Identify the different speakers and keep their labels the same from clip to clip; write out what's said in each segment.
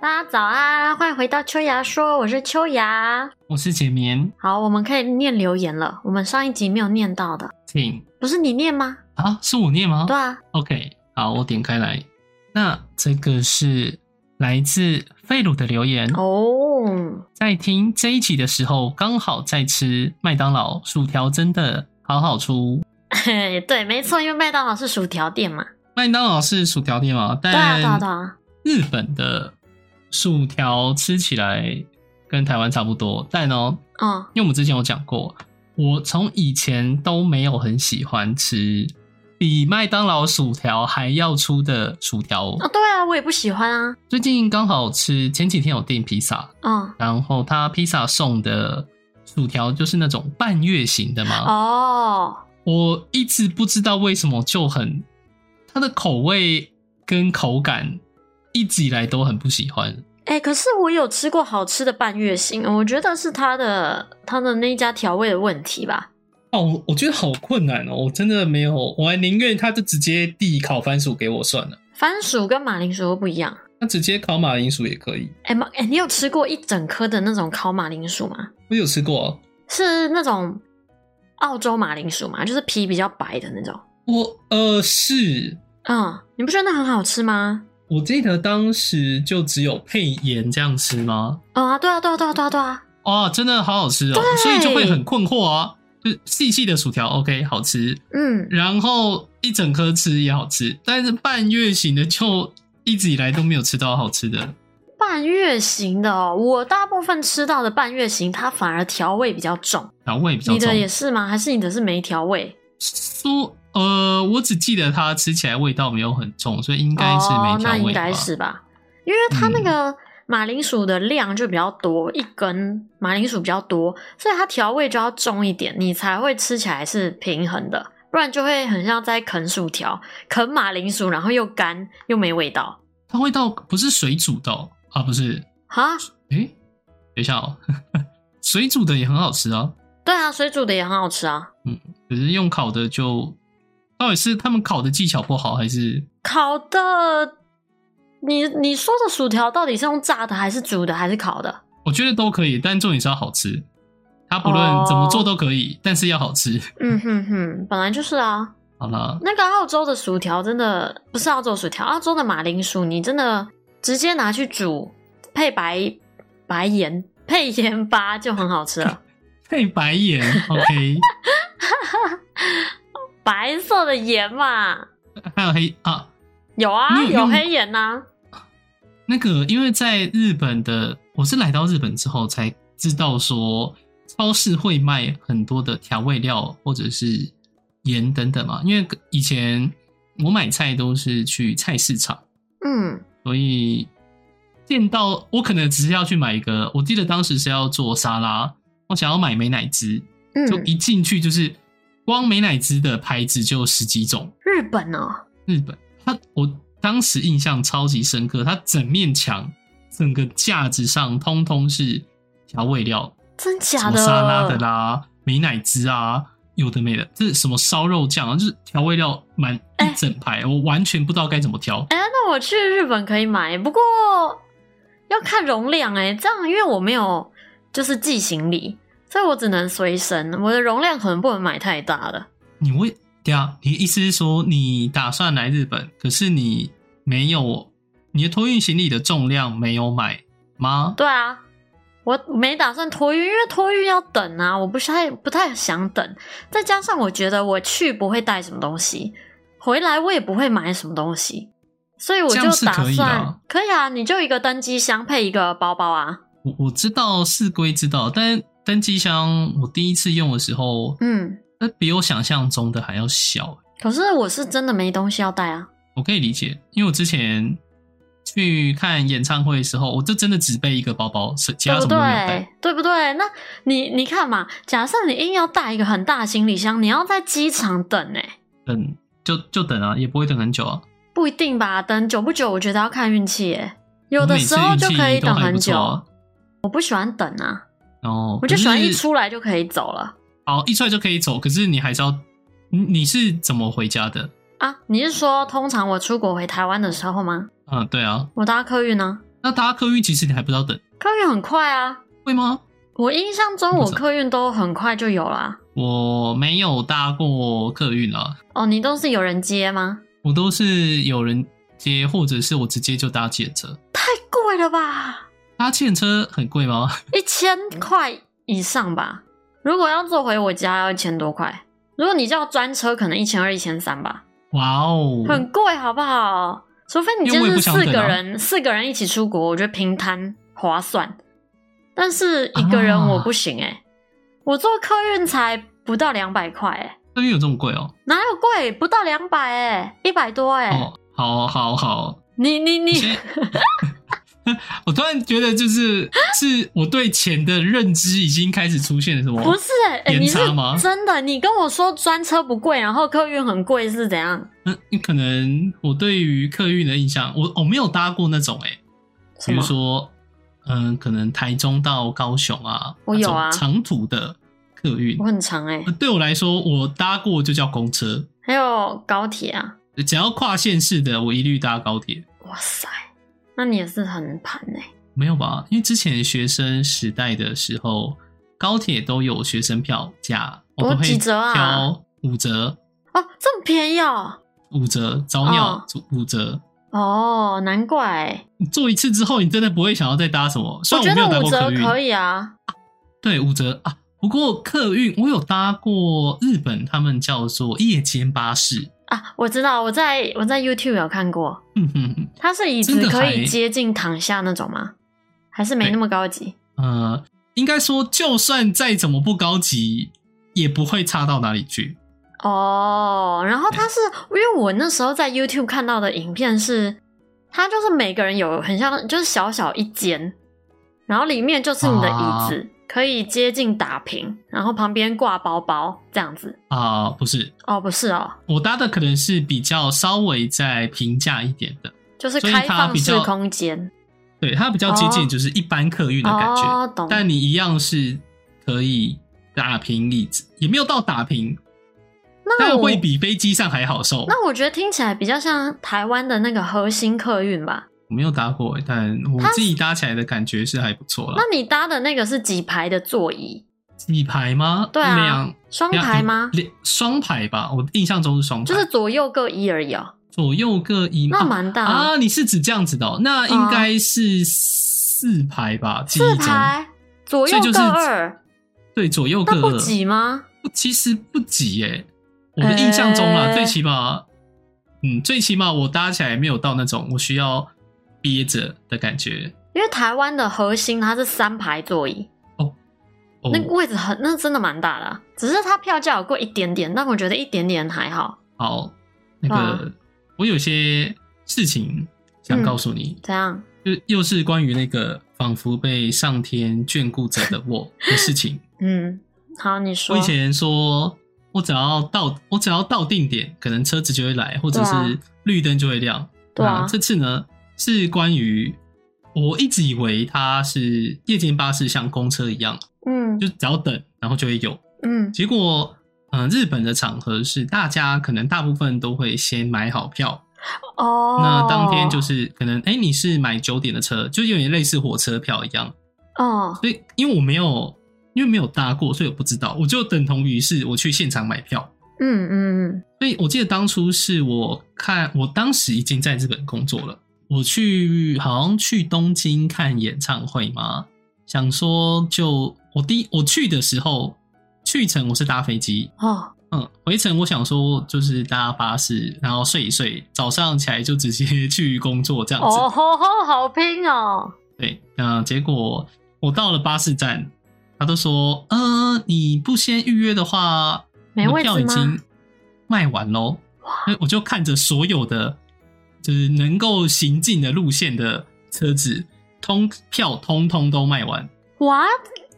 Speaker 1: 大家早安，欢迎回到秋芽说，我是秋芽。
Speaker 2: 我是简眠，
Speaker 1: 好，我们可以念留言了，我们上一集没有念到的，
Speaker 2: 请
Speaker 1: 不是你念吗？
Speaker 2: 啊，是我念吗？
Speaker 1: 对啊，
Speaker 2: OK，好，我点开来。那这个是来自费鲁的留言，
Speaker 1: 哦，
Speaker 2: 在听这一集的时候，刚好在吃麦当劳薯条，真的好好吃。
Speaker 1: 嘿对，没错，因为麦当劳是薯条店嘛。
Speaker 2: 麦当劳是薯条店嘛，
Speaker 1: 对啊，对啊，
Speaker 2: 但
Speaker 1: 对啊，
Speaker 2: 日本的薯条吃起来跟台湾差不多，但哦，
Speaker 1: 嗯，
Speaker 2: 因为我们之前有讲过，我从以前都没有很喜欢吃比麦当劳薯条还要粗的薯条哦。
Speaker 1: 哦，对啊，我也不喜欢啊。
Speaker 2: 最近刚好吃，前几天有订披萨，
Speaker 1: 嗯，
Speaker 2: 然后他披萨送的薯条就是那种半月形的嘛。
Speaker 1: 哦，
Speaker 2: 我一直不知道为什么就很，它的口味跟口感一直以来都很不喜欢。
Speaker 1: 哎，可是我有吃过好吃的半月形，我觉得是它的它的那一家调味的问题吧。
Speaker 2: 哦，我觉得好困难哦，我真的没有，我还宁愿他就直接递烤番薯给我算了，
Speaker 1: 番薯跟马铃薯都不一样。
Speaker 2: 他直接烤马铃薯也可以。
Speaker 1: 哎马，哎，你有吃过一整颗的那种烤马铃薯吗？
Speaker 2: 我有吃过哦，
Speaker 1: 是那种澳洲马铃薯嘛，就是皮比较白的那种。
Speaker 2: 我呃是
Speaker 1: 嗯，你不觉得那很好吃吗？
Speaker 2: 我记得当时就只有配盐这样吃吗？
Speaker 1: 哦啊，对啊，对啊，对啊，对啊，对啊，
Speaker 2: 哦，真的好好吃哦，所以就会很困惑啊。就是细细的薯条，OK，好吃，
Speaker 1: 嗯，
Speaker 2: 然后一整颗吃也好吃，但是半月形的就一直以来都没有吃到好吃的。
Speaker 1: 半月形的哦，我大部分吃到的半月形，它反而调味比较重。
Speaker 2: 然后味比较
Speaker 1: 你
Speaker 2: 重
Speaker 1: 的，也是吗？还是你的是没调味？
Speaker 2: 说呃，我只记得它吃起来味道没有很重，所以应该是没
Speaker 1: 哦，
Speaker 2: 调
Speaker 1: 那应
Speaker 2: 味吧。嗯
Speaker 1: 该是吧，因为它那个马铃薯的量就比较多，一根马铃薯比较多，所以它调味就要重一点，你才会吃起来是平衡的，不然就会很像在啃薯条、啃马铃薯，然后又干又没味道
Speaker 2: 它味道不是水煮的哦、啊，不是，
Speaker 1: 哈，
Speaker 2: 诶、等一下哦， 水煮的也很好吃啊。
Speaker 1: 对啊，水煮的也很好吃啊，
Speaker 2: 可是用烤的就，到底是他们烤的技巧不好，还是
Speaker 1: 烤的。你你说的薯条到底是用炸的还是煮的还是烤的？
Speaker 2: 我觉得都可以，但重点是要好吃。它不论怎么做都可以，但是要好吃。
Speaker 1: 嗯哼哼，本来就是啊。
Speaker 2: 好啦，
Speaker 1: 那个澳洲的薯条真的不是澳洲薯条，澳洲的马铃薯你真的直接拿去煮，配白白盐，配盐巴就很好吃 了。
Speaker 2: 配白盐，OK，
Speaker 1: 白色的盐嘛，
Speaker 2: 还有黑啊，
Speaker 1: 有啊，
Speaker 2: 你有
Speaker 1: 有
Speaker 2: 用
Speaker 1: 黑盐呐、
Speaker 2: 那个因为在日本的，我是来到日本之后才知道说，超市会卖很多的调味料或者是盐等等嘛，因为以前我买菜都是去菜市场。
Speaker 1: 嗯，
Speaker 2: 所以见到我可能只是要去买一个，我记得当时是要做沙拉，我想要买美乃滋，就
Speaker 1: 嗯，
Speaker 2: 一进去就是光美乃滋的牌子就十几种，
Speaker 1: 日本哦，
Speaker 2: 日本它我当时印象超级深刻，它整面墙整个架子上通通是调味料，
Speaker 1: 真
Speaker 2: 什
Speaker 1: 假
Speaker 2: 么
Speaker 1: 的？
Speaker 2: 沙拉的啦、美乃滋啊，有的没的，这是什么烧肉酱啊，就是调味料满
Speaker 1: 哎
Speaker 2: 一整排，我完全不知道该怎么调。
Speaker 1: 哎、那我去日本可以买，不过要看容量哎、这样因为我没有就是寄行李，所以我只能随身，我的容量可能不能买太大的。
Speaker 2: 你为对啊，你的意思是说你打算来日本，可是你没有你的托运行李的重量没有买吗？
Speaker 1: 对啊，我没打算托运，因为托运要等啊，我不太不太想等。再加上我觉得我去不会带什么东西，回来我也不会买什么东西，所以我
Speaker 2: 这
Speaker 1: 就
Speaker 2: 样是
Speaker 1: 打
Speaker 2: 可以的
Speaker 1: 算
Speaker 2: 啊
Speaker 1: 可以啊，你就一个登机箱配一个包包啊。
Speaker 2: 我我知道是归知道，但登机箱我第一次用的时候，
Speaker 1: 嗯，
Speaker 2: 那比我想象中的还要小。
Speaker 1: 可是我是真的没东西要带啊。
Speaker 2: 我可以理解，因为我之前去看演唱会的时候，我就真的只背一个包包，是其
Speaker 1: 对
Speaker 2: 他
Speaker 1: 不
Speaker 2: 什么都没
Speaker 1: 对
Speaker 2: 有带。？
Speaker 1: 对不对？那你你看嘛，假设你硬要带一个很大的行李箱，你要在机场等哎、
Speaker 2: 等嗯就就等啊，也不会等很久啊。
Speaker 1: 不一定吧？等久不久，我觉得要看运气耶。有
Speaker 2: 我
Speaker 1: 的
Speaker 2: 每
Speaker 1: 时
Speaker 2: 次
Speaker 1: 候
Speaker 2: 运
Speaker 1: 就
Speaker 2: 气
Speaker 1: 可以
Speaker 2: 都
Speaker 1: 等
Speaker 2: 还
Speaker 1: 很
Speaker 2: 不
Speaker 1: 久，
Speaker 2: 错啊。
Speaker 1: 我不喜欢等啊，
Speaker 2: 哦，
Speaker 1: 我就喜欢
Speaker 2: 可
Speaker 1: 一
Speaker 2: 是
Speaker 1: 出来就可以走了
Speaker 2: 好，哦一出来就可以走，可是你还是要，你你是怎么回家的？
Speaker 1: 啊。你是说，通常我出国回台湾的时候吗？
Speaker 2: 嗯，对啊，
Speaker 1: 我搭客运呢、
Speaker 2: 那搭客运其实你还不知道等，
Speaker 1: 客运很快啊，
Speaker 2: 会吗？
Speaker 1: 我印象中我客运都很快就有啊啦。
Speaker 2: 我没有搭过客运啊，
Speaker 1: 哦，你都是有人接吗？
Speaker 2: 我都是有人接，或者是我直接就搭计程车。
Speaker 1: 太贵了吧，
Speaker 2: 搭计程车很贵吗？
Speaker 1: 一千块以上吧。如果要坐回我家要一千多块，如果你叫专车可能一千二、一千三吧，
Speaker 2: 哇哦，
Speaker 1: 很贵好不好？除非你今
Speaker 2: 因为
Speaker 1: 天
Speaker 2: 我也
Speaker 1: 是
Speaker 2: 不想
Speaker 1: 四
Speaker 2: 等
Speaker 1: 个
Speaker 2: 啊
Speaker 1: 人，四个人一起出国，我觉得平摊划算。但是一个人
Speaker 2: 啊
Speaker 1: 我不行哎、我坐客运才不到两百块哎，
Speaker 2: 客运有这么贵哦？
Speaker 1: 哪有贵？不到两百哎，一百多哎、
Speaker 2: 哦，好好好，
Speaker 1: 你你你
Speaker 2: 我先我突然觉得， 就是是我对钱的认知已经开始出现了什么？
Speaker 1: 不是哎、欸
Speaker 2: 严
Speaker 1: 你是
Speaker 2: 查吗
Speaker 1: 真的？你跟我说专车不贵，然后客运很贵是怎样？
Speaker 2: 嗯，可能我对于客运的印象，我我没有搭过那种哎、欸
Speaker 1: 什
Speaker 2: 比如
Speaker 1: 么？
Speaker 2: 说，嗯，可能台中到高雄啊，
Speaker 1: 我有啊
Speaker 2: 那种长途的客运
Speaker 1: 我。很长哎、
Speaker 2: 呃对我来说，我搭过就叫公车，
Speaker 1: 还有高铁啊，
Speaker 2: 只要跨县市的，我一律搭高铁。
Speaker 1: 哇塞，那你也是很盘哎、
Speaker 2: 没有吧？因为之前学生时代的时候，高铁都有学生票价，我都
Speaker 1: 哦
Speaker 2: 会
Speaker 1: 几折啊
Speaker 2: 挑五折，
Speaker 1: 哦，这么便宜哦，
Speaker 2: 五折早鸟
Speaker 1: 哦
Speaker 2: 五折。
Speaker 1: 哦，难怪、
Speaker 2: 你坐一次之后，你真的不会想要再搭什么。虽
Speaker 1: 我
Speaker 2: 然
Speaker 1: 觉
Speaker 2: 没
Speaker 1: 得
Speaker 2: 有搭
Speaker 1: 五
Speaker 2: 过
Speaker 1: 折
Speaker 2: 客运，
Speaker 1: 可以啊，
Speaker 2: 对五折啊。不过客运我有搭过日本，他们叫做夜间巴士。
Speaker 1: 啊，我知道，我在我在 YouTube 有看过，
Speaker 2: 哼哼哼，
Speaker 1: 它是椅子
Speaker 2: 真的
Speaker 1: 可以
Speaker 2: 还
Speaker 1: 接近躺下那种吗？还是没
Speaker 2: 对
Speaker 1: 那么高级？
Speaker 2: 呃，应该说，就算再怎么不高级，也不会差到哪里去。
Speaker 1: 哦，然后它是因为我那时候在 YouTube 看到的影片是，它就是每个人有很像就是小小一间，然后里面就是你的椅子，
Speaker 2: 啊
Speaker 1: 可以接近打平，然后旁边挂包包这样子。
Speaker 2: 啊、不是，
Speaker 1: 哦，不是哦，
Speaker 2: 我搭的可能是比较稍微再平价一点的，
Speaker 1: 就是
Speaker 2: 所以
Speaker 1: 开
Speaker 2: 它
Speaker 1: 放
Speaker 2: 比
Speaker 1: 式
Speaker 2: 较
Speaker 1: 空间。
Speaker 2: 对，它比较接
Speaker 1: 哦
Speaker 2: 近就是一般客运的感觉，
Speaker 1: 哦，懂。
Speaker 2: 但你一样是可以打平椅子，也没有到打平，
Speaker 1: 那
Speaker 2: 但
Speaker 1: 我
Speaker 2: 会比飞机上还好受。
Speaker 1: 那我觉得听起来比较像台湾的那个核心客运吧。
Speaker 2: 我没有搭过，但我自己搭起来的感觉是还不错啦
Speaker 1: 那。你搭的那个是几排的座椅？
Speaker 2: 几排吗？
Speaker 1: 对啊
Speaker 2: 两
Speaker 1: 双排吗？
Speaker 2: 两双排吧，我印象中是双排，
Speaker 1: 就是左右各一而已哦，
Speaker 2: 左右各一嘛。
Speaker 1: 那蛮大的
Speaker 2: 啊，你是指这样子的、哦？那应该是四排吧，记
Speaker 1: 啊四
Speaker 2: 忆中。
Speaker 1: 排左右
Speaker 2: 所以
Speaker 1: 各
Speaker 2: 就是
Speaker 1: 二，
Speaker 2: 对，左右各
Speaker 1: 那
Speaker 2: 二。
Speaker 1: 不挤吗？
Speaker 2: 其实不挤耶、我的印象中啦，
Speaker 1: 欸
Speaker 2: 最起码，嗯，最起码我搭起来没有到那种我需要憋着的感觉。
Speaker 1: 因为台湾的核心它是三排座椅，
Speaker 2: 哦
Speaker 1: 那，个位置很，那真的蛮大的啊、只是它票价有贵一点点，但我觉得一点点还好。
Speaker 2: 好，那
Speaker 1: 哇
Speaker 2: 个我有些事情想
Speaker 1: 嗯
Speaker 2: 告诉你，
Speaker 1: 这样
Speaker 2: 就又是关于那个仿佛被上天眷顾着的 我的事情。
Speaker 1: 嗯，好，你说
Speaker 2: 我以前说，我只要到我只要到定点，可能车子就会来，或者
Speaker 1: 对啊
Speaker 2: 是绿灯就会亮。
Speaker 1: 对啊
Speaker 2: 那这次呢是关于我一直以为它是夜间巴士像公车一样，
Speaker 1: 嗯
Speaker 2: 就只要等，然后就会有。
Speaker 1: 嗯
Speaker 2: 结果，嗯、日本的场合是大家可能大部分都会先买好票，
Speaker 1: 哦，
Speaker 2: 那当天就是可能哎、诶你是买九点的车，就有点类似火车票一样。
Speaker 1: 哦
Speaker 2: 所以因为我没有因为没有搭过，所以我不知道，我就等同于是我去现场买票。
Speaker 1: 嗯嗯嗯
Speaker 2: 所以我记得当初是我看，我当时已经在日本工作了，我去好像去东京看演唱会嘛，想说就我第一我去的时候，去程我是搭飞机，
Speaker 1: 哦
Speaker 2: 嗯，回程我想说就是搭巴士，然后睡一睡，早上起来就直接 去工作这样子。
Speaker 1: 哦吼吼，好拼哦，
Speaker 2: 对，那结果我到了巴士站，他都说，呃，你不先预约的话，
Speaker 1: 没
Speaker 2: 我的
Speaker 1: 位
Speaker 2: 票
Speaker 1: 置
Speaker 2: 已
Speaker 1: 吗
Speaker 2: 经？卖完喽。所以我就看着所有的就是能够行进的路线的车子，通票通通都卖完。
Speaker 1: 哇，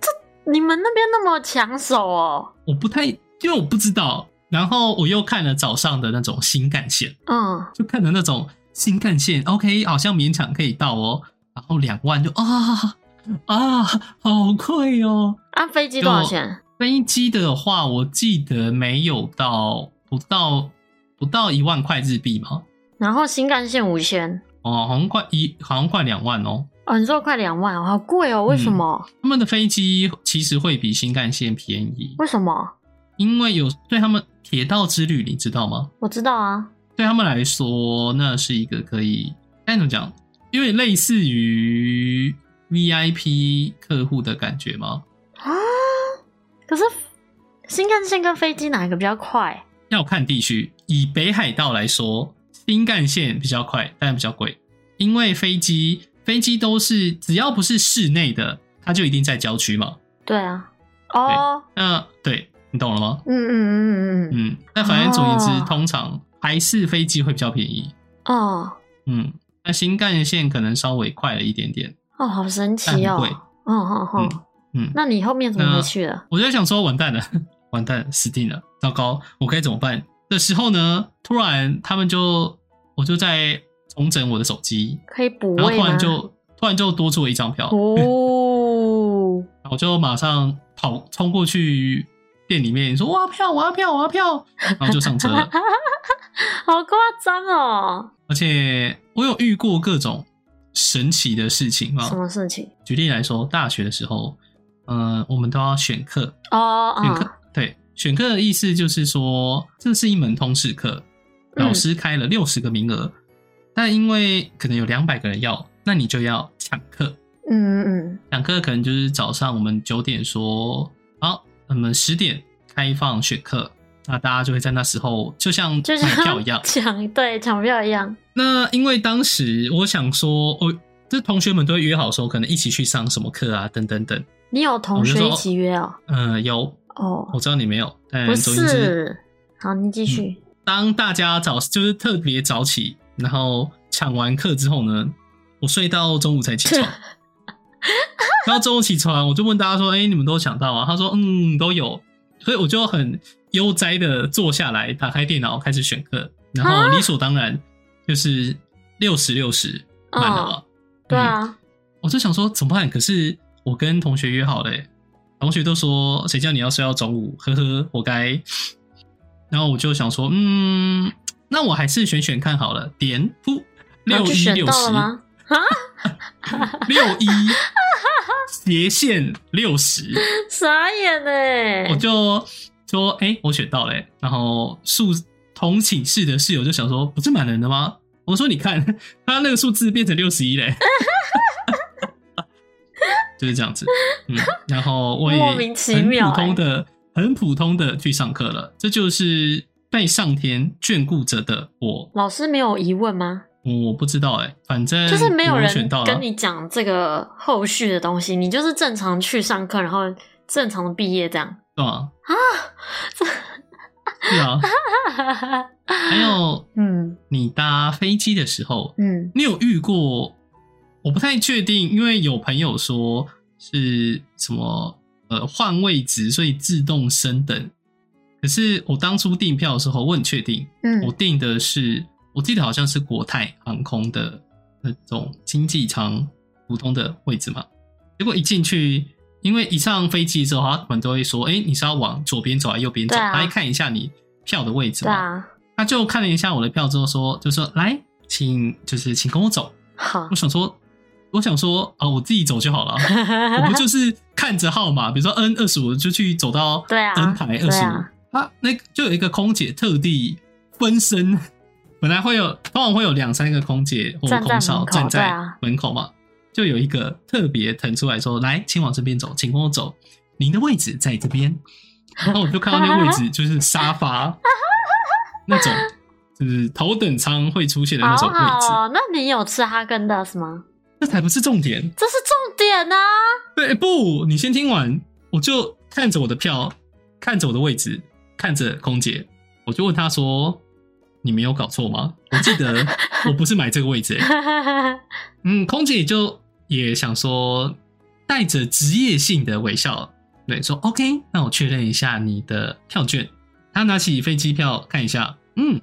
Speaker 1: 这你们那边那么抢手哦，
Speaker 2: 我不太，因为我不知道。然后我又看了早上的那种新干线，
Speaker 1: 嗯
Speaker 2: 就看着那种新干线，OK，好像勉强可以到哦。然后两万就啊啊，好贵哦。
Speaker 1: 啊，飞机多少钱？
Speaker 2: 飞机的话，我记得没有到不到不到一万块日币吗？
Speaker 1: 然后新干线五千，
Speaker 2: 哦，好像快一，好像快两万哦。
Speaker 1: 哦，你说快两万哦，好贵哦，为什么？
Speaker 2: 他们的飞机其实会比新干线便宜，
Speaker 1: 为什么？
Speaker 2: 因为有对他们铁道之旅，你知道吗？
Speaker 1: 我知道啊，
Speaker 2: 对他们来说，那是一个可以该怎么讲？因为类似于 VIP 客户的感觉吗？
Speaker 1: 啊，可是新干线跟飞机哪一个比较快？
Speaker 2: 要看地区。以北海道来说，新干线比较快，但比较贵，因为飞机飞机都是只要不是室内的，它就一定在郊区嘛。
Speaker 1: 对啊，哦，
Speaker 2: 那对你懂了吗？
Speaker 1: 嗯嗯嗯嗯嗯，
Speaker 2: 嗯，那反正总而言之，
Speaker 1: 哦
Speaker 2: 通常还是飞机会比较便宜。
Speaker 1: 哦
Speaker 2: 嗯，那新干线可能稍微快了一点点。
Speaker 1: 哦，好神
Speaker 2: 但
Speaker 1: 奇
Speaker 2: 很
Speaker 1: 哦
Speaker 2: 贵，
Speaker 1: 嗯嗯嗯，
Speaker 2: 嗯，
Speaker 1: 那你后面怎么
Speaker 2: 那
Speaker 1: 回去的？
Speaker 2: 我就想说，完蛋了， 完蛋了，死定了，糟糕，我该怎么办？的时候呢，突然他们就，我就在重整我的手机，
Speaker 1: 可以补
Speaker 2: 然后
Speaker 1: 位
Speaker 2: 突
Speaker 1: 吗
Speaker 2: 然？就突然就多出了一张票，
Speaker 1: 哦，
Speaker 2: 然后我就马上跑冲过去店里面说我要票，我要票，我要票， 然后就上车了。
Speaker 1: 好夸张哦！
Speaker 2: 而且我有遇过各种神奇的事情嘛
Speaker 1: 什，么事情？
Speaker 2: 举例来说，大学的时候，呃，我们都要选课，
Speaker 1: 哦
Speaker 2: 选课
Speaker 1: 哦，
Speaker 2: 对选课的意思就是说，这是一门通识课，
Speaker 1: 嗯
Speaker 2: 老师开了六十个名额，但因为可能有两百个人要，那你就要抢课。
Speaker 1: 嗯嗯
Speaker 2: 抢课可能就是早上我们九点说好，我们十点开放选课，那大家就会在那时候就像
Speaker 1: 就
Speaker 2: 买票一
Speaker 1: 像。
Speaker 2: 样
Speaker 1: 抢对抢票一样，
Speaker 2: 那因为当时我想说，哦，这同学们都会约好说，可能一起去上什么课啊，等等等。
Speaker 1: 你有同
Speaker 2: 我就
Speaker 1: 学
Speaker 2: 说
Speaker 1: 一起约哦？
Speaker 2: 呃，有，
Speaker 1: 哦，
Speaker 2: 我知道你没有，但
Speaker 1: 不
Speaker 2: 哎总而言之，
Speaker 1: 是，好，你继续。
Speaker 2: 当大家早就是特别早起，然后抢完课之后呢，我睡到中午才 起床。然后中午起床，我就问大家说：“哎、你们都抢到啊？”他说：“嗯，都有。”所以我就很悠哉的坐下来，打开电脑开始选课，然
Speaker 1: 啊
Speaker 2: 后理所当然就是六十六十满嗯了嘛。
Speaker 1: 哦对
Speaker 2: 嗯，
Speaker 1: 啊，
Speaker 2: 我就想说怎么办？可是我跟同学约好了、欸，同学都说谁叫你要睡到中午，呵呵，活该。然后我就想说，嗯，那我还是选选看好了，点噗
Speaker 1: 那
Speaker 2: 六
Speaker 1: 就
Speaker 2: 一
Speaker 1: 选
Speaker 2: 六
Speaker 1: 到了
Speaker 2: 十
Speaker 1: 吗？
Speaker 2: 六一斜线六十，
Speaker 1: 傻眼哎！
Speaker 2: 我就说，哎、我选到了、欸。然后宿同寝室的室友就想说，不是满人的吗？我说，你看 他那个数字变成六十一嘞。 就是这样子，嗯，然后我也
Speaker 1: 莫名其妙
Speaker 2: 很普通的、很普通的去上课了，这就是被上天眷顾着的我。
Speaker 1: 老师没有疑问吗？
Speaker 2: 我不知道哎、反正
Speaker 1: 就是没有
Speaker 2: 我
Speaker 1: 人
Speaker 2: 选到了啊
Speaker 1: 跟你讲这个后续的东西，你就是正常去上课，然后正常的毕业这样。
Speaker 2: 对啊是啊，还有
Speaker 1: 嗯
Speaker 2: 你搭飞机的时候，
Speaker 1: 嗯，
Speaker 2: 你有遇过？我不太确定，因为有朋友说是什么呃换位置，所以自动升等。可是我当初订票的时候，我很确定，
Speaker 1: 嗯
Speaker 2: 我订的是我记得好像是国泰航空的那种经济舱普通的位置嘛。结果一进去，因为一上飞机之后，他们都会说：“哎、你是要往左边走还是右边走？”
Speaker 1: 对啊
Speaker 2: 他会看一下你票的位置
Speaker 1: 对
Speaker 2: 嘛。
Speaker 1: 啊，
Speaker 2: 他就看了一下我的票之后说，就说来，请就是请跟我走。
Speaker 1: 好
Speaker 2: 我，想说，我想说啊、我自己走就好了，我 不就是看着号码，比如说 N 二十五就去走到
Speaker 1: 对啊
Speaker 2: N 排二
Speaker 1: 对
Speaker 2: 十
Speaker 1: 啊
Speaker 2: 五啊，那个就有一个空姐特地分身， 本来会有通常会有两三个空姐或
Speaker 1: 站在
Speaker 2: 空少
Speaker 1: 门口
Speaker 2: 站
Speaker 1: 对
Speaker 2: 在
Speaker 1: 啊
Speaker 2: 门口嘛，就有一个特别腾出来说，来，请往这边走，请跟我走，您的位置在这 边。然后我就看到那个位置就是沙发那种，就是头等舱会出现的那
Speaker 1: 好
Speaker 2: 种位置，
Speaker 1: 好哦。那你有吃哈根达斯吗？
Speaker 2: 那才不是重点。
Speaker 1: 这是重点啊！
Speaker 2: 对，哎不，你先听完，我就看着我的票，看着我的位置，看着空姐，我就问她说：“你没有搞错吗？我记得我不是买这个位置、欸。”嗯，空姐就也想说，带着职业性的微笑，对，说 OK，那我确认一下你的票券。她拿起飞机票看一下，嗯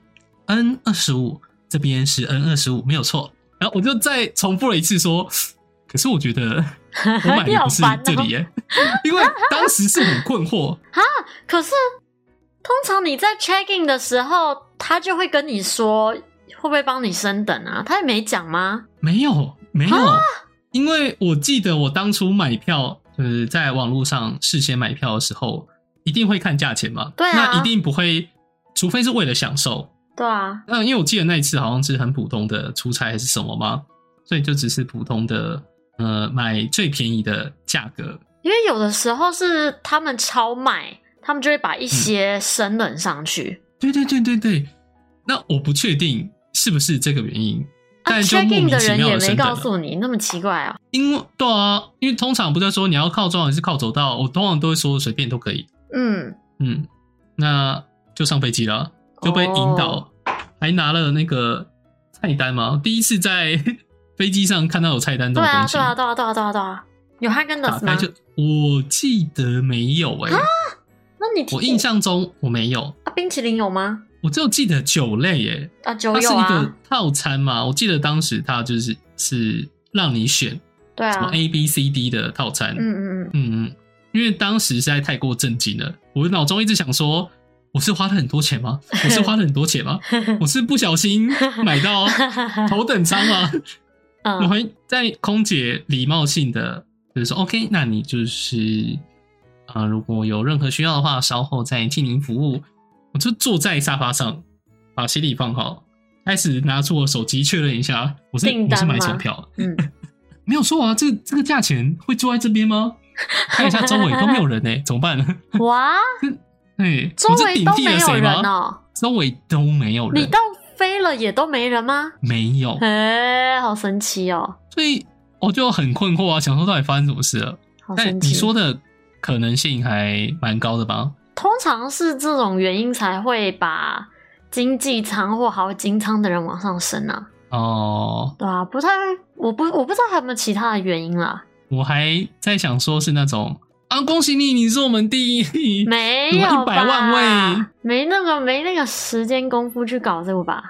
Speaker 2: ，N 二十五这边是 N 二十五，没有错。然后我就再重复了一次说，可是我觉得我 买
Speaker 1: 你
Speaker 2: 的
Speaker 1: 好
Speaker 2: 不是
Speaker 1: 烦哦
Speaker 2: 这里耶、因为当时是很困惑，
Speaker 1: 可是通常你在 check in 的时候，他就会跟你说会不会帮你升等啊？他也没讲吗？
Speaker 2: 没有没有，因为我记得我当初买票，就是在网络上事先买票的时候，一定会看价钱嘛。
Speaker 1: 对啊
Speaker 2: 那一定不会，除非是为了享受。
Speaker 1: 对啊，
Speaker 2: 嗯，因为我记得那一次好像是很普通的出差还是什么嘛，所以就只是普通的呃买最便宜的价格。
Speaker 1: 因为有的时候是他们超卖，他们就会把一
Speaker 2: 嗯
Speaker 1: 些升等上去。
Speaker 2: 对对对对对，那我不确定是不是这个原因，但
Speaker 1: 啊
Speaker 2: 就
Speaker 1: ，check
Speaker 2: 莫
Speaker 1: in
Speaker 2: 名
Speaker 1: 的
Speaker 2: 其
Speaker 1: 人
Speaker 2: 妙
Speaker 1: 也
Speaker 2: 的
Speaker 1: 没
Speaker 2: 升等
Speaker 1: 告
Speaker 2: 了。
Speaker 1: 诉你，那么奇怪啊。
Speaker 2: 因为对啊，因为通常不是说你要靠中还是靠走道，我通常都会说随便都可以。
Speaker 1: 嗯，
Speaker 2: 嗯，那就上飞机了，就被引导，
Speaker 1: 哦
Speaker 2: 还拿了那个菜单嘛。第一次在 飞机上看到有菜单这
Speaker 1: 对
Speaker 2: 种
Speaker 1: 啊，
Speaker 2: 东西，
Speaker 1: 对啊，对啊，对啊，对啊，对啊，有哈根达
Speaker 2: 打
Speaker 1: 斯吗啊
Speaker 2: 开？就我记得没有哎、
Speaker 1: 那你提
Speaker 2: 我印象中我没有，
Speaker 1: 啊，冰淇淋有吗？
Speaker 2: 我只有记得酒类哎、
Speaker 1: 啊，酒
Speaker 2: 它是
Speaker 1: 有
Speaker 2: 一个
Speaker 1: 啊，
Speaker 2: 套餐嘛，我记得当时它就是是让你选
Speaker 1: 对
Speaker 2: 什么
Speaker 1: 啊，
Speaker 2: A B C D 的套餐，
Speaker 1: 嗯嗯嗯，
Speaker 2: 嗯，嗯，因为当时实在太过震惊了，我脑中一直想说，我是花了很多钱吗？我是花了很多 钱吗？我是不小心买到头等舱 吗？我
Speaker 1: 嗯，
Speaker 2: 还在空姐礼貌性的就是说，OK，那你就是啊、呃如果有任何需要的话，稍后再替您服务。我就坐在沙发上，把行李放好，开始拿出我手机确认一下，我是
Speaker 1: 订
Speaker 2: 我是
Speaker 1: 单
Speaker 2: 买
Speaker 1: 吗
Speaker 2: 什么票？
Speaker 1: 嗯，
Speaker 2: 没有说啊，这这个价钱会坐在这边吗？看一下周围都没有人呢、欸怎么办呢？
Speaker 1: 哇，
Speaker 2: 哎，
Speaker 1: 周
Speaker 2: 我是
Speaker 1: 围
Speaker 2: 顶
Speaker 1: 都
Speaker 2: 替
Speaker 1: 没
Speaker 2: 了
Speaker 1: 有
Speaker 2: 谁
Speaker 1: 人
Speaker 2: 吗？
Speaker 1: 哦，
Speaker 2: 周围都没有
Speaker 1: 你
Speaker 2: 人，
Speaker 1: 到飞了也都没人吗？
Speaker 2: 没有，
Speaker 1: 哎，好神奇哦，
Speaker 2: 所以我就很困惑啊，想说到底发生什么事了。
Speaker 1: 好
Speaker 2: 但
Speaker 1: 神奇。
Speaker 2: 哎你说的可能性还蛮高的吧？
Speaker 1: 通常是这种原因才会把经济舱或豪金舱的人往上升啊，
Speaker 2: 哦，
Speaker 1: 对啊，不太，我不我不知道还有没有其他的原因啦，
Speaker 2: 我还在想说是那种啊，恭喜你，你是我们第一，
Speaker 1: 没
Speaker 2: 什
Speaker 1: 有
Speaker 2: 么100万
Speaker 1: 吧
Speaker 2: 位？
Speaker 1: 没那个没那个时间功夫去搞这个吧？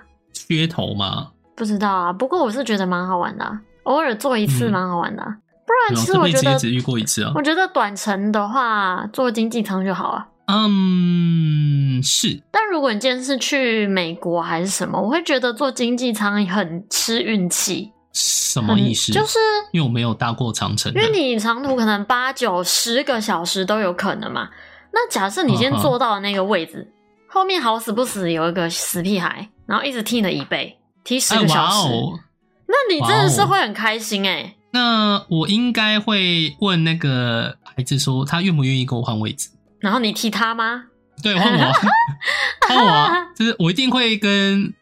Speaker 2: 噱头嘛。
Speaker 1: 不知道啊，不过我是觉得蛮好玩的啊、偶尔做一次
Speaker 2: 嗯
Speaker 1: 蛮好玩的啊、不然
Speaker 2: 对啊
Speaker 1: 其实
Speaker 2: 这
Speaker 1: 我
Speaker 2: 辈
Speaker 1: 觉
Speaker 2: 子也
Speaker 1: 得，
Speaker 2: 只遇过一次啊
Speaker 1: 我。觉得短程的话坐经济舱就好啊。
Speaker 2: 嗯，是
Speaker 1: 但如果你今天是去美国还是什么，我会觉得坐经济舱很吃运气，
Speaker 2: 什
Speaker 1: 什
Speaker 2: 么意思？
Speaker 1: 嗯就是
Speaker 2: 因为我没有搭过长城的
Speaker 1: 因为你长途可能八九十个小时都有可能嘛。那假设你先
Speaker 2: 嗯哼
Speaker 1: 坐到那个位置，后面好死不死有一个死屁孩，然后一直踢你的椅背，踢十
Speaker 2: 哎
Speaker 1: 个小
Speaker 2: 哇
Speaker 1: 时，
Speaker 2: 哦！
Speaker 1: 那你真的是
Speaker 2: 哇哦
Speaker 1: 会很开心哎、
Speaker 2: 那我应该会问那个孩子说，他愿不愿意跟我换位置？
Speaker 1: 然后你踢他吗？
Speaker 2: 对，换我啊，换我啊，就是我一定会跟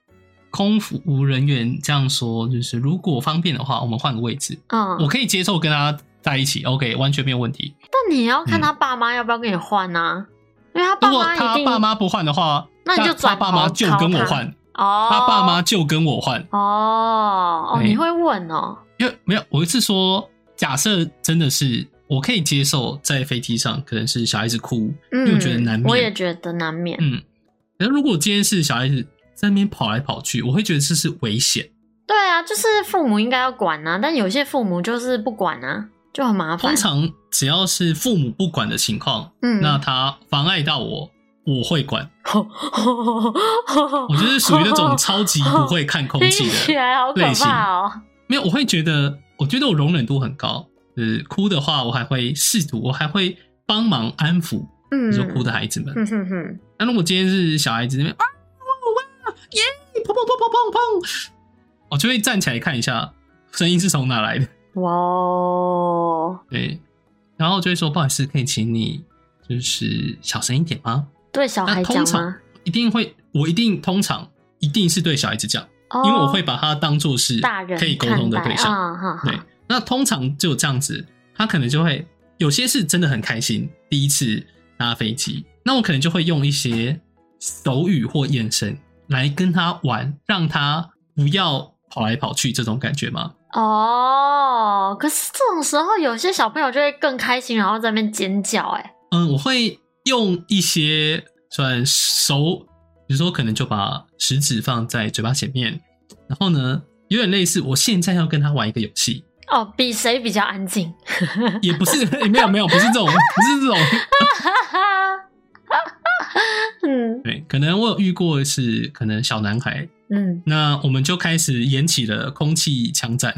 Speaker 2: 空服人员这样说，就是如果方便的话，我们换个位置，
Speaker 1: 嗯，
Speaker 2: 我可以接受跟他在一起，OK，完全没有问题。
Speaker 1: 但你也要看
Speaker 2: 嗯
Speaker 1: 他爸妈要不要跟你换啊，因为他
Speaker 2: 如
Speaker 1: 爸
Speaker 2: 果
Speaker 1: 妈
Speaker 2: 他
Speaker 1: 一定
Speaker 2: 爸妈不换的话，
Speaker 1: 那你就
Speaker 2: 他
Speaker 1: 转头
Speaker 2: 爸妈就跟我换，
Speaker 1: 哦，
Speaker 2: 他爸妈就跟我换，
Speaker 1: 哦哦，
Speaker 2: 哎
Speaker 1: 你会问哦，
Speaker 2: 因为没有，我是说，假设真的是我可以接受在飞机上可能是小孩子哭，因为我觉得难免，
Speaker 1: 嗯我也觉得难免，
Speaker 2: 嗯，可是如果今天是小孩子在那边跑来跑去，我会觉得这是危险。
Speaker 1: 对啊，就是父母应该要管啊，但有些父母就是不管啊，就很麻烦。
Speaker 2: 通常只要是父母不管的情况，
Speaker 1: 嗯，
Speaker 2: 那他妨碍到我，我会管。我
Speaker 1: 我
Speaker 2: 就是属于那种超级不会看空
Speaker 1: 听
Speaker 2: 气
Speaker 1: 起
Speaker 2: 的，
Speaker 1: 来好可
Speaker 2: 类型
Speaker 1: 怕哦。
Speaker 2: 没有，我会觉得，我觉得我容忍度很高。就是哭的话，我还会试图，我还会帮忙安抚，
Speaker 1: 嗯，
Speaker 2: 就说哭的孩子们。
Speaker 1: 哼哼哼，
Speaker 2: 那如果今天是小孩子那边啊哇耶，砰砰砰砰砰砰，我就会站起来看一下声音是从哪来的，
Speaker 1: 哇哦，
Speaker 2: 对，然后就会说不好意思，可以请你就是小声一点吗？
Speaker 1: 对小
Speaker 2: 那
Speaker 1: 孩
Speaker 2: 通
Speaker 1: 讲
Speaker 2: 常
Speaker 1: 吗？
Speaker 2: 一定会，我一定通常一定是对小孩子讲，
Speaker 1: 哦，
Speaker 2: 因为我会把他当做是
Speaker 1: 大人
Speaker 2: 可以沟通的对象。
Speaker 1: 看待啊，哈
Speaker 2: 对
Speaker 1: 哈，，
Speaker 2: 那通常就这样子，他可能就会有些是真的很开心，第一次搭飞机，那我可能就会用一些手语或眼神来跟他玩，让他不要跑来跑去这种感觉嘛。
Speaker 1: 哦，可是这种时候，有些小朋友就会更开心，然后在那边尖叫、哎，
Speaker 2: 嗯，我会用一些算手，比如说可能就把食指放在嘴巴前面，然后呢，有点类似我现在要跟他玩一个游戏，
Speaker 1: 哦，比谁比较安静，
Speaker 2: 也不是 没有没有不是这种不是这种，
Speaker 1: 哈哈，嗯
Speaker 2: 对，可能我有遇过是可能小男孩，
Speaker 1: 嗯，
Speaker 2: 那我们就开始演起了空气枪战，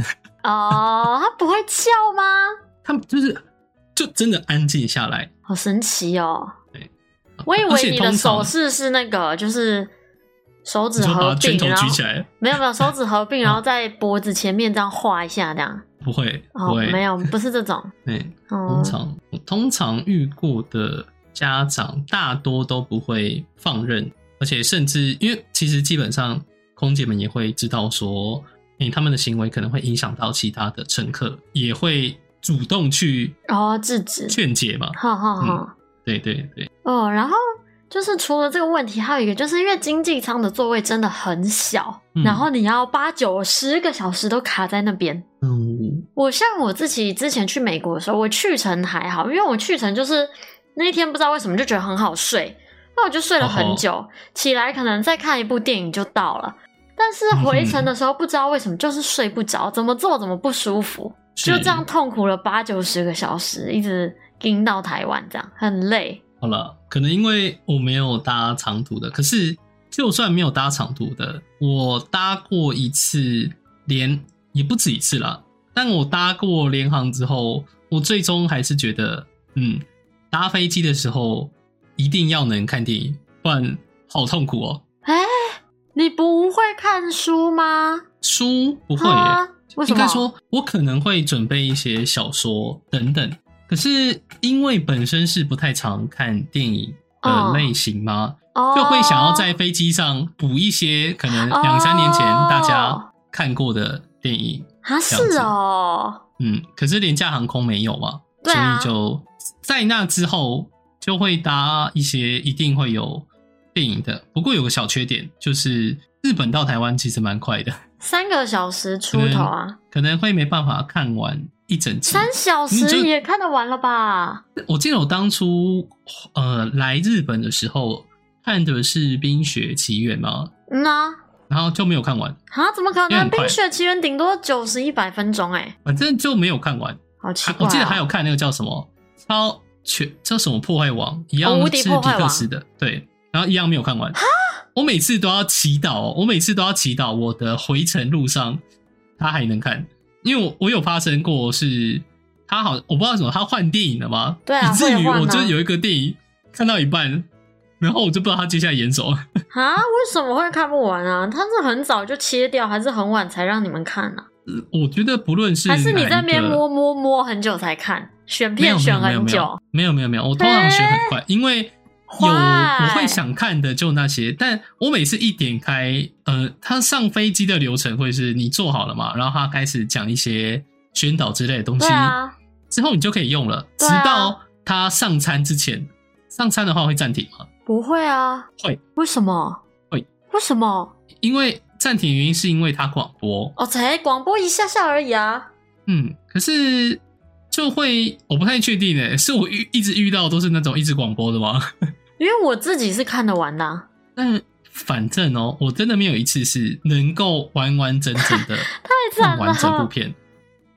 Speaker 1: 哦，它不会叫吗？
Speaker 2: 他们就是就真的安静下来。
Speaker 1: 好神奇哦！
Speaker 2: 啊
Speaker 1: 我以
Speaker 2: 而
Speaker 1: 为
Speaker 2: 且
Speaker 1: 你的
Speaker 2: 通常
Speaker 1: 手势是那个，就是手
Speaker 2: 你
Speaker 1: 指
Speaker 2: 说把
Speaker 1: 合
Speaker 2: 拳
Speaker 1: 并，
Speaker 2: 头
Speaker 1: 然后
Speaker 2: 举起来，哦
Speaker 1: 没有没有手指合 并，然后在脖子前面这样画一下，这样
Speaker 2: 不会不
Speaker 1: 哦，
Speaker 2: 会，
Speaker 1: 没有，不是这 种
Speaker 2: 对，
Speaker 1: 哦
Speaker 2: 通，常我通常遇过的家长大多都不会放任，而且甚至因为其实基本上空姐们也会知道说，诶、他们的行为可能会影响到其他的乘客，也会主动去
Speaker 1: 哦，制止，
Speaker 2: 劝解嘛。
Speaker 1: 好好好。
Speaker 2: 嗯对对对，
Speaker 1: 哦，然后就是除了这个问题，还有一个就是因为经济舱的座位真的很小，
Speaker 2: 嗯
Speaker 1: 然后你要八九十个小时都卡在那边。
Speaker 2: 嗯，
Speaker 1: 我像我自己之前去美国的时候，我去程还好，因为我去程就是那一天不知道为什么就觉得很好睡，那我就睡了
Speaker 2: 哦
Speaker 1: 很久，起来可能再看一部电影就到了。但是
Speaker 2: 嗯
Speaker 1: 回程的时候不知道为什么就是睡不着，怎么坐怎么不舒服，
Speaker 2: 是
Speaker 1: 就这样痛苦了八九十个小时，一直盯到台湾，这样很累。
Speaker 2: 好了，可能因为我没有搭长途的，可是就算没有搭长途的，我搭过一次联也不止一次啦。但我搭过联航之后，我最终还是觉得，嗯，搭飞机的时候一定要能看电影，不然好痛苦哦。
Speaker 1: 哎，你不会看书吗？
Speaker 2: 书不会耶，
Speaker 1: 啊？为什
Speaker 2: 应
Speaker 1: 么？
Speaker 2: 该说我可能会准备一些小说等等。可是因为本身是不太常看电影的
Speaker 1: 嗯
Speaker 2: 类型嘛，
Speaker 1: 哦
Speaker 2: 就会想要在飞机上补一些可能两三年前大家看过的电影。
Speaker 1: 啊是哦，
Speaker 2: 嗯，可是廉价航空没有嘛，
Speaker 1: 对啊
Speaker 2: 所以就在那之后就会搭一些一定会有电影的。不过有个小缺点，就是日本到台湾其实蛮快的，
Speaker 1: 三个小时出头啊，
Speaker 2: 可能会没办法看完一整集。
Speaker 1: 三小
Speaker 2: 你就
Speaker 1: 时也看得完了吧？
Speaker 2: 我记得我当初呃来日本的时候看的是《冰雪奇缘》嘛，
Speaker 1: 嗯呐、
Speaker 2: 然后就没有看完，
Speaker 1: 啊，怎么可
Speaker 2: 因为
Speaker 1: 能？
Speaker 2: 很快
Speaker 1: 冰雪奇缘顶多九十一百分钟哎、
Speaker 2: 反正就没有看完。
Speaker 1: 好奇
Speaker 2: 啊
Speaker 1: 怪、哦
Speaker 2: 我记得还有看那个叫什么超全叫什么破坏王，一样
Speaker 1: 哦无敌
Speaker 2: 是
Speaker 1: 破
Speaker 2: 迪
Speaker 1: 坏王
Speaker 2: 克斯的，对，然后一样没有看完。我每次都要祈祷哦，我每次都要祈祷我的回程路上他还能看，因为我我有发生过是，他好我不知道怎么他换电影了吗？
Speaker 1: 对啊
Speaker 2: 以至
Speaker 1: 会
Speaker 2: 于
Speaker 1: 换啊
Speaker 2: 我就是有一个电影看到一半，然后我就不知道他接下来演什么。
Speaker 1: 啊，为什么会看不完啊？他是很早就切掉，还是很晚才让你们看呢、
Speaker 2: 我觉得不论是
Speaker 1: 还是你
Speaker 2: 哪一
Speaker 1: 在那边
Speaker 2: 个
Speaker 1: 摸摸摸很久才看，选
Speaker 2: 没有
Speaker 1: 片选很久？，
Speaker 2: 没有没有没有没有没有，我通常选很快，因为有
Speaker 1: 坏
Speaker 2: 我会想看的就那些，但我每次一点开，呃，他上飞机的流程会是你做好了嘛，然后他开始讲一些宣导之类的东西，
Speaker 1: 对啊，
Speaker 2: 之后你就可以用了，直
Speaker 1: 对啊
Speaker 2: 到他上餐之前，上餐的话会暂停嘛，
Speaker 1: 不会啊，
Speaker 2: 会，
Speaker 1: 为什么？
Speaker 2: 会，
Speaker 1: 为什么？
Speaker 2: 因为暂停原因是因为他广播，
Speaker 1: 哦，才广播一下下而已啊。
Speaker 2: 嗯，可是就会我不太确定诶，是我遇一直遇到都是那种一直广播的吗？
Speaker 1: 因为我自己是看得完的啊、
Speaker 2: 但反正哦，我真的没有一次是能够完完整整 的
Speaker 1: 太
Speaker 2: 看
Speaker 1: 惨
Speaker 2: 完整部
Speaker 1: 了。
Speaker 2: 片，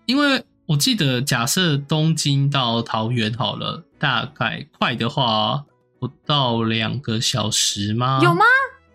Speaker 2: 因为我记得，假设东京到桃园好了，大概快的话不到两个小时吗？
Speaker 1: 有吗？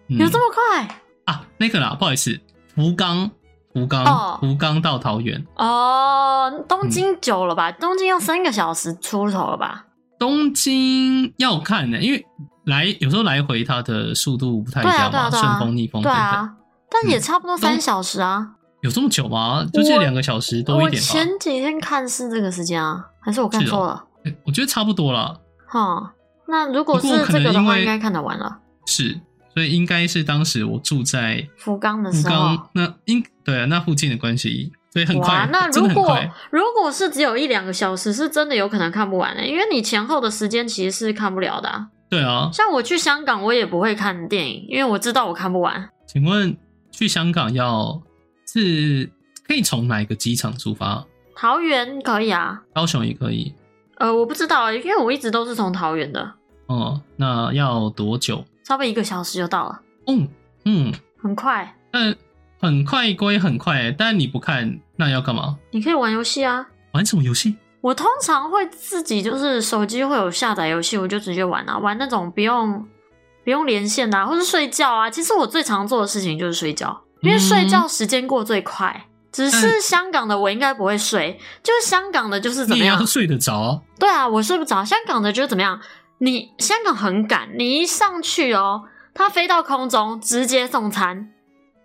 Speaker 2: 嗯？
Speaker 1: 有这么快？
Speaker 2: 啊？那个啦，不好意思，福冈，福冈
Speaker 1: 哦，
Speaker 2: 福冈到桃园，
Speaker 1: 哦，东京久了吧？
Speaker 2: 嗯
Speaker 1: 东京要三个小时出头了吧？
Speaker 2: 东京要看呢、因为来有时候来回它的速度不太一
Speaker 1: 对啊
Speaker 2: 样
Speaker 1: 对啊
Speaker 2: 嘛，
Speaker 1: 对啊
Speaker 2: 顺、风逆风
Speaker 1: 对
Speaker 2: 等等，
Speaker 1: 啊，但也差不多三小时啊。
Speaker 2: 有这么久吗？就这
Speaker 1: 我
Speaker 2: 两个小时多
Speaker 1: 我
Speaker 2: 一点吧。
Speaker 1: 前几天看是这个时间啊，还是我看错了？
Speaker 2: 欸我觉得差不多啦，
Speaker 1: 哈、那如果
Speaker 2: 不过
Speaker 1: 是
Speaker 2: 可
Speaker 1: 这
Speaker 2: 能
Speaker 1: 个的
Speaker 2: 因
Speaker 1: 话，
Speaker 2: 为
Speaker 1: 应该看得完了。
Speaker 2: 是，所以应该是当时我住在
Speaker 1: 福冈的
Speaker 2: 福
Speaker 1: 时候
Speaker 2: 冈，，那应对啊，那附近的关系，所以很
Speaker 1: 哇
Speaker 2: 快，，
Speaker 1: 那
Speaker 2: 真
Speaker 1: 如
Speaker 2: 的很
Speaker 1: 果
Speaker 2: 快，
Speaker 1: 如果是只有一两个小时，是真的有可能看不完欸的、因为你前后的时间其实是看不了的啊、
Speaker 2: 对啊。
Speaker 1: 像我去香港，我也不会看电影，因为我知道我看不完。
Speaker 2: 请问去香港要是可以从哪一个机场出发？
Speaker 1: 桃园可以啊，
Speaker 2: 高雄也可以，
Speaker 1: 呃，我不知道，因为我一直都是从桃园的，
Speaker 2: 哦、那要多久？
Speaker 1: 差不多一个小时就到了，
Speaker 2: 嗯嗯，
Speaker 1: 很快。
Speaker 2: 但很快归很快，但你不看那要干嘛？
Speaker 1: 你可以玩游戏啊，
Speaker 2: 玩什么游戏？
Speaker 1: 我通常会自己就是手机会有下载游戏，我就直接玩啊，玩那种不用不用连线
Speaker 2: 嗯
Speaker 1: 的、啊，或是睡觉啊。其实我最常做的事情就是睡觉，因为睡觉时间过最快。只是香港的我应该不会睡，就是香港的就是怎么
Speaker 2: 你也
Speaker 1: 样
Speaker 2: 要？睡得着啊，
Speaker 1: 对啊，我睡不着。香港的就是怎么样？你香港很赶，你一上去哦，它飞到空中直接送餐，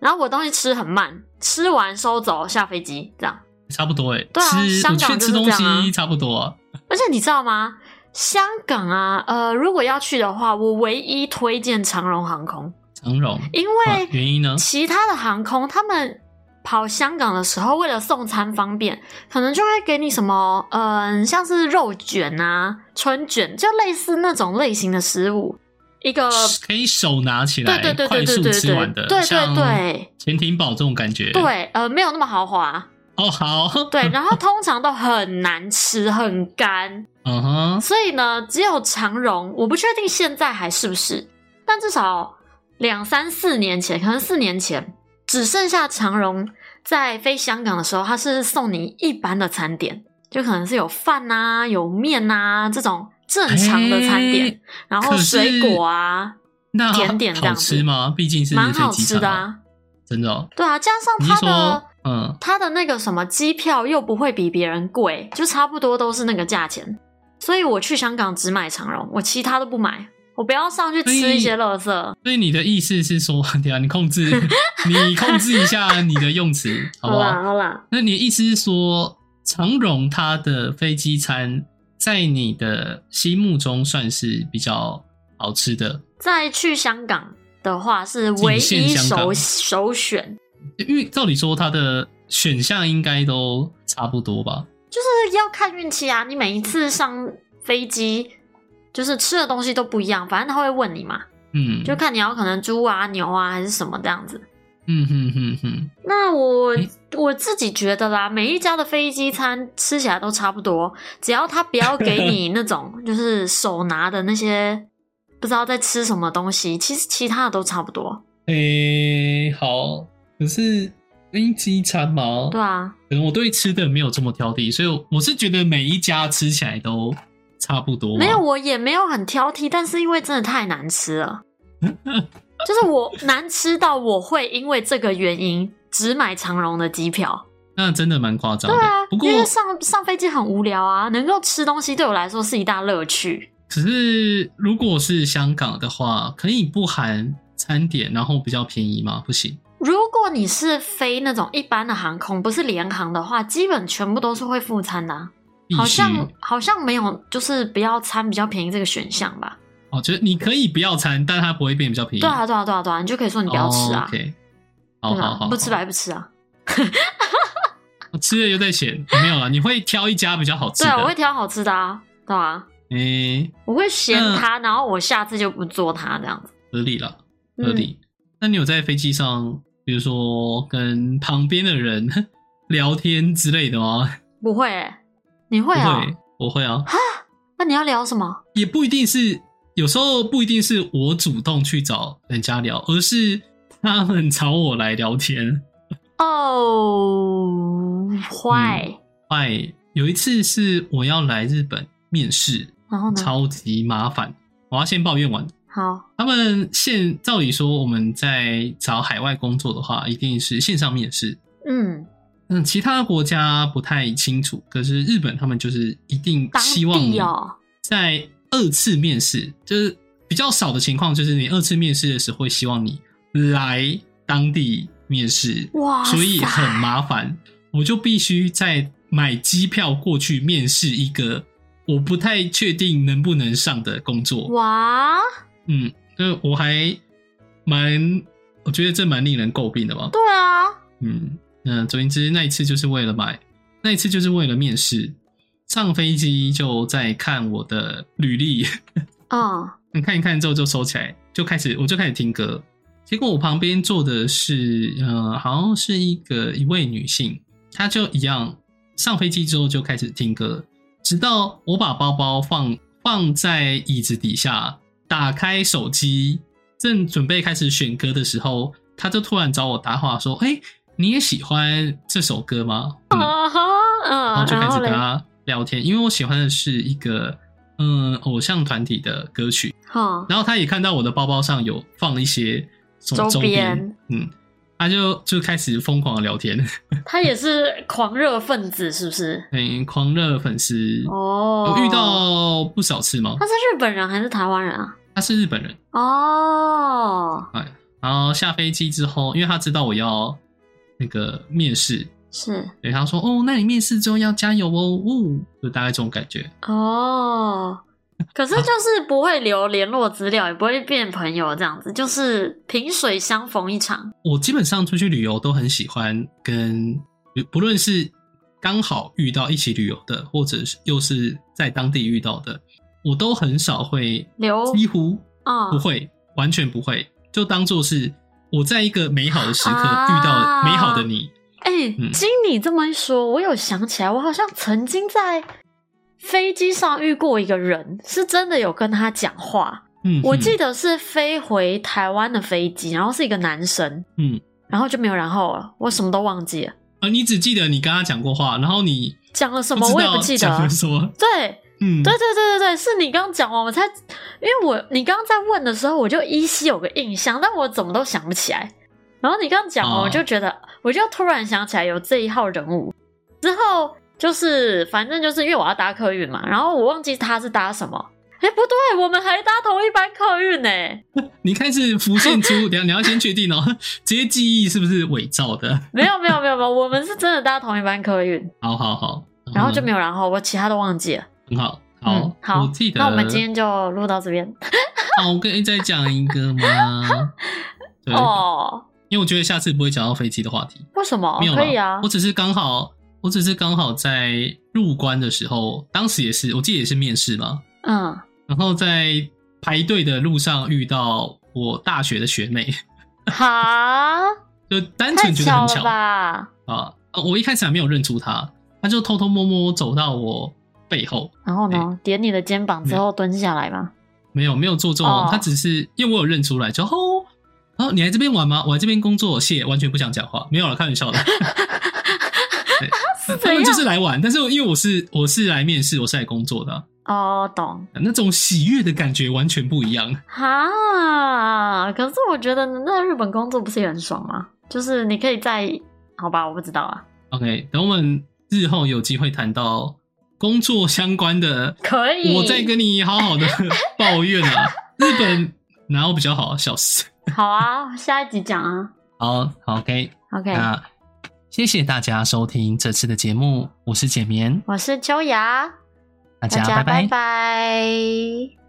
Speaker 1: 然后我东西吃很慢，吃完收走下飞机这样。
Speaker 2: 差不多哎、
Speaker 1: 对啊
Speaker 2: 吃
Speaker 1: 香
Speaker 2: 我
Speaker 1: 港
Speaker 2: 去
Speaker 1: 就
Speaker 2: 吃
Speaker 1: 是
Speaker 2: 东
Speaker 1: 这样
Speaker 2: 西
Speaker 1: 啊
Speaker 2: 差不多、啊，
Speaker 1: 而且你知道吗？香港啊，呃，如果要去的话，我唯一推荐长荣航空，
Speaker 2: 长荣。
Speaker 1: 因
Speaker 2: 哇
Speaker 1: 为
Speaker 2: 原因呢？
Speaker 1: 其他的航空他们跑香港的时候，为了送餐方便，可能就会给你什么，嗯、像是肉卷啊、春卷，就类似那种类型的食物，一个
Speaker 2: 可以手拿起来，
Speaker 1: 呃对对对
Speaker 2: 快
Speaker 1: 对对
Speaker 2: 速
Speaker 1: 对
Speaker 2: 吃
Speaker 1: 对
Speaker 2: 完的，
Speaker 1: 对
Speaker 2: 像
Speaker 1: 对对
Speaker 2: 潜艇堡这种感觉。，
Speaker 1: 对，呃，没有那么豪华，
Speaker 2: 哦好，
Speaker 1: 对，然后通常都很难吃，很干，
Speaker 2: 嗯哼，
Speaker 1: 所以呢，只有长荣，我不确定现在还是不是，但至少两三四年前，可能四年前，只剩下长荣在飞香港的时候，它是送你一般的餐点，就可能是有饭啊、有面啊这种正常的餐点
Speaker 2: 嘿，
Speaker 1: 然后
Speaker 2: 可是
Speaker 1: 水果啊，
Speaker 2: 那
Speaker 1: 甜点这
Speaker 2: 好
Speaker 1: 样子
Speaker 2: 吃吗？毕竟是
Speaker 1: 蛮
Speaker 2: 飞
Speaker 1: 好
Speaker 2: 机
Speaker 1: 吃
Speaker 2: 场
Speaker 1: 的，啊。
Speaker 2: 真的哦。
Speaker 1: 对啊，加上
Speaker 2: 你是
Speaker 1: 它的
Speaker 2: 说，嗯，
Speaker 1: 它的那个什么机票又不会比别人贵，就差不多都是那个价钱。所以我去香港只买长荣，我其他都不买，我不要上去吃一些垃圾。
Speaker 2: 所以你的意思是说， 对啊，你 控制，你控制一下你的用词，好不
Speaker 1: 啦
Speaker 2: 好？
Speaker 1: 好啦，
Speaker 2: 那你的意思是说，长荣它的飞机餐在你的心目中算是比较好吃的，
Speaker 1: 再去香港的话是唯
Speaker 2: 仅
Speaker 1: 一
Speaker 2: 限香
Speaker 1: 首
Speaker 2: 港
Speaker 1: 首选，
Speaker 2: 因为照理说它的选项应该都差不多吧？
Speaker 1: 就是要看运气啊。你每一次上飞机，就是吃的东西都不一样，反正他会问你嘛，
Speaker 2: 嗯，
Speaker 1: 就看你要可能猪啊、牛啊还是什么这样子。
Speaker 2: 嗯哼哼哼，
Speaker 1: 那我、
Speaker 2: 诶
Speaker 1: 我自己觉得啦，每一家的飞机餐吃起来都差不多，只要他不要 给你那种就是手拿的那些不知道在吃什么东西，其实其他的都差不多。
Speaker 2: 诶、好，可是飞机餐嘛，
Speaker 1: 对啊，
Speaker 2: 可能我对吃的没有这么挑剔，所以我我是觉得每一家吃起来都差不多嘛。啊
Speaker 1: 没有我也没有很挑剔，但是因为真的太难吃 了，就是我难吃到我会因为这个原因只买长荣的机票。
Speaker 2: 那真的蛮夸张
Speaker 1: 对
Speaker 2: 的。
Speaker 1: 啊
Speaker 2: 不，过
Speaker 1: 因为上上飞机很无聊啊，能够吃东西对我来说是一大乐趣。
Speaker 2: 只是如果是香港的话，可以不含餐点，然后比较便宜吗？不行。
Speaker 1: 如果你是飞那种一般的航空，不是联航的话，基本全部都是会附餐的啊、
Speaker 2: 必须
Speaker 1: 好像好像没有，就是不要餐比较便宜这个选项吧？
Speaker 2: 哦，就是你可以不要餐，但它不会变比较便宜。
Speaker 1: 对啊，对啊，对啊，对啊，你就可以说你不要吃
Speaker 2: 嗯哦
Speaker 1: 啊，
Speaker 2: ，OK，好
Speaker 1: 对
Speaker 2: 好
Speaker 1: 吧
Speaker 2: 好好，？
Speaker 1: 不吃白不吃啊。
Speaker 2: 我吃了又在嫌，没有啦，啊你会挑一家比较好吃
Speaker 1: 对
Speaker 2: 的。
Speaker 1: 啊，我会挑好吃的啊，对啊，
Speaker 2: 诶、
Speaker 1: 我会嫌
Speaker 2: 嗯
Speaker 1: 它，然后我下次就不做它这样子。
Speaker 2: 合理啦，合
Speaker 1: 嗯，
Speaker 2: 理。那你有在飞机上，比如说跟旁边的人 聊天之类的吗？
Speaker 1: 不会欸，你会啊？
Speaker 2: 不会，我会啊，
Speaker 1: 那你要聊什么？
Speaker 2: 也不一定是，有时候不一定是我主动去找人家聊，而是他们找我来聊天。
Speaker 1: 哦，坏。
Speaker 2: 哎，有一次是我要来日本面试，
Speaker 1: 然后呢？
Speaker 2: 超级麻烦，我要先抱怨完。
Speaker 1: 好，
Speaker 2: 他们现照理说，我们在找海外工作的话，一定是线上面试。
Speaker 1: 嗯，
Speaker 2: 嗯，其他国家不太清楚，可是日本他们就是一定
Speaker 1: 当
Speaker 2: 希望
Speaker 1: 地
Speaker 2: 你
Speaker 1: 哦。
Speaker 2: 在二次面试，就是比较少的情况，就是你二次面试的时候会希望你来当地面试，
Speaker 1: 哇塞
Speaker 2: 所以很麻烦，我就必须再买机票过去面试一个我不太确定能不能上的工作。
Speaker 1: 哇，哦
Speaker 2: 嗯，就是我还蛮，我觉得这蛮令人诟病的吧。
Speaker 1: 对啊，
Speaker 2: 嗯，那总而言之，那一次就是为了买，那一次就是为了面试。上飞机就在看我的履历，
Speaker 1: 嗯，
Speaker 2: 看一看之后就收起来，就开始我就开始听歌。结果我旁边坐的是，呃，好像是一个一位女性，她就一样上飞机之后就开始听歌，直到我把包包放放在椅子底下，打开手机，正准备开始选歌的时候，她就突然找我搭话说：“哎、你也喜欢这首歌吗？”嗯
Speaker 1: 啊哈，
Speaker 2: 然后
Speaker 1: 嗯，
Speaker 2: 就开
Speaker 1: 然
Speaker 2: 始
Speaker 1: 后
Speaker 2: 跟
Speaker 1: 嘞，
Speaker 2: 她聊天，因为我喜欢的是一个嗯偶像团体的歌曲。
Speaker 1: 哈，
Speaker 2: 然后他也看到我的包包上有放一些什么周
Speaker 1: 周边
Speaker 2: 嗯，他就就开始疯狂的聊天，
Speaker 1: 他也是狂热分子，是不是？
Speaker 2: 嗯，狂热粉丝。
Speaker 1: 哦，
Speaker 2: 我遇到不少次吗？
Speaker 1: 他是日本人还是台湾人啊？
Speaker 2: 他是日本人，
Speaker 1: 哦，
Speaker 2: 然后下飞机之后，因为他知道我要那个面试，
Speaker 1: 是
Speaker 2: 对他说：“哦，那你面试之后要加油哦。”哦，就大概这种感觉。
Speaker 1: 哦，可是就是不会留联络资料，也不会变朋友，这样子就是萍水相逢一场。
Speaker 2: 我基本上出去旅游都很喜欢跟，不论是刚好遇到一起旅游的，或者是又是在当地遇到的，我都很少会，
Speaker 1: 留
Speaker 2: 几乎
Speaker 1: 啊
Speaker 2: 不会，完全不会，就当做是我在一个美好的时刻
Speaker 1: 啊
Speaker 2: 遇到美好的你。
Speaker 1: 哎、
Speaker 2: 嗯
Speaker 1: 经你这么一说，我有想起来，我好像曾经在飞机上遇过一个人，是真的有跟他讲话。
Speaker 2: 嗯，
Speaker 1: 我记
Speaker 2: 得，
Speaker 1: 得是飞回台湾的飞机，然后是一个男生，
Speaker 2: 嗯，
Speaker 1: 然后就没有然后了，我什么都忘记了，
Speaker 2: 呃，你只记得你跟他讲过话，然后你
Speaker 1: 讲了什
Speaker 2: 不
Speaker 1: 么
Speaker 2: 知
Speaker 1: 我也
Speaker 2: 道
Speaker 1: 不记得
Speaker 2: 讲
Speaker 1: 了
Speaker 2: 了。什么，
Speaker 1: 对，
Speaker 2: 嗯，
Speaker 1: 对对对对对，是你刚刚讲完，我才，因为我你刚刚在问的时候，我就依稀有个印象，但我怎么都想不起来。然后你刚刚讲完，
Speaker 2: 哦
Speaker 1: 我就觉得，我就突然想起来有这一号人物。之后就是，反正就是因为我要搭客运嘛，然后我忘记他是搭什么。哎，不对，我们还搭同一班客运呢、
Speaker 2: 你开始浮现出， 你要你要先确定哦， 这些记忆是不是伪造的？
Speaker 1: 没有没有没有没有，我们是真的搭同一班客运，
Speaker 2: 好好好，
Speaker 1: 然后就
Speaker 2: 嗯
Speaker 1: 没有然后，我其他都忘记了。
Speaker 2: 很好。
Speaker 1: 嗯
Speaker 2: 好，，
Speaker 1: 好
Speaker 2: 我记，得。
Speaker 1: 那我们今天就录到这边。
Speaker 2: 好，我跟你再讲一 个吗？对，
Speaker 1: 哦，
Speaker 2: 因为我觉得下次不会讲到飞机的话题，
Speaker 1: 为什么
Speaker 2: 没有？啦
Speaker 1: 可以啊
Speaker 2: 我，只是刚好，我只是刚好在入关的时候，当时也是，我记得也是面试嘛，
Speaker 1: 嗯。
Speaker 2: 然后在排队的路上遇到我大学的学妹，
Speaker 1: 哈，
Speaker 2: 就单
Speaker 1: 太
Speaker 2: 纯觉得
Speaker 1: 巧
Speaker 2: 很
Speaker 1: 了吧？
Speaker 2: 啊，呃我一开始还没有认出他，他就偷偷摸摸走到我背后，
Speaker 1: 然后
Speaker 2: 哎
Speaker 1: 呢，点你的肩膀之后蹲下来吗？
Speaker 2: 没有没有做作
Speaker 1: 哦
Speaker 2: 哦，他只是因为我有认出来，就哦，然后你来这边玩吗？我来这边工作，谢，完全不想讲话，没有了，开玩 笑的。
Speaker 1: 是
Speaker 2: 他
Speaker 1: 怎
Speaker 2: 们
Speaker 1: 样
Speaker 2: 就？是来玩，但是因为我是我是来面试，我是来工作的啊、
Speaker 1: 哦，懂
Speaker 2: 那种喜悦的感觉完全不一样。
Speaker 1: 哈。可是我觉得那日本工作不是也很爽吗？就是你可以在，好吧，我不知道啊，
Speaker 2: OK，等我们日后有机会谈到工作相关的，
Speaker 1: 可以。
Speaker 2: 我再跟你好好的 抱怨啊，日本哪有比较好啊？笑死！
Speaker 1: 好啊，下一集讲啊。
Speaker 2: 好好，OK，
Speaker 1: OK，
Speaker 2: 那谢谢大家收听这次的节目，我是简眠，
Speaker 1: 我是秋雅，大
Speaker 2: 大家
Speaker 1: 家
Speaker 2: 拜
Speaker 1: 拜拜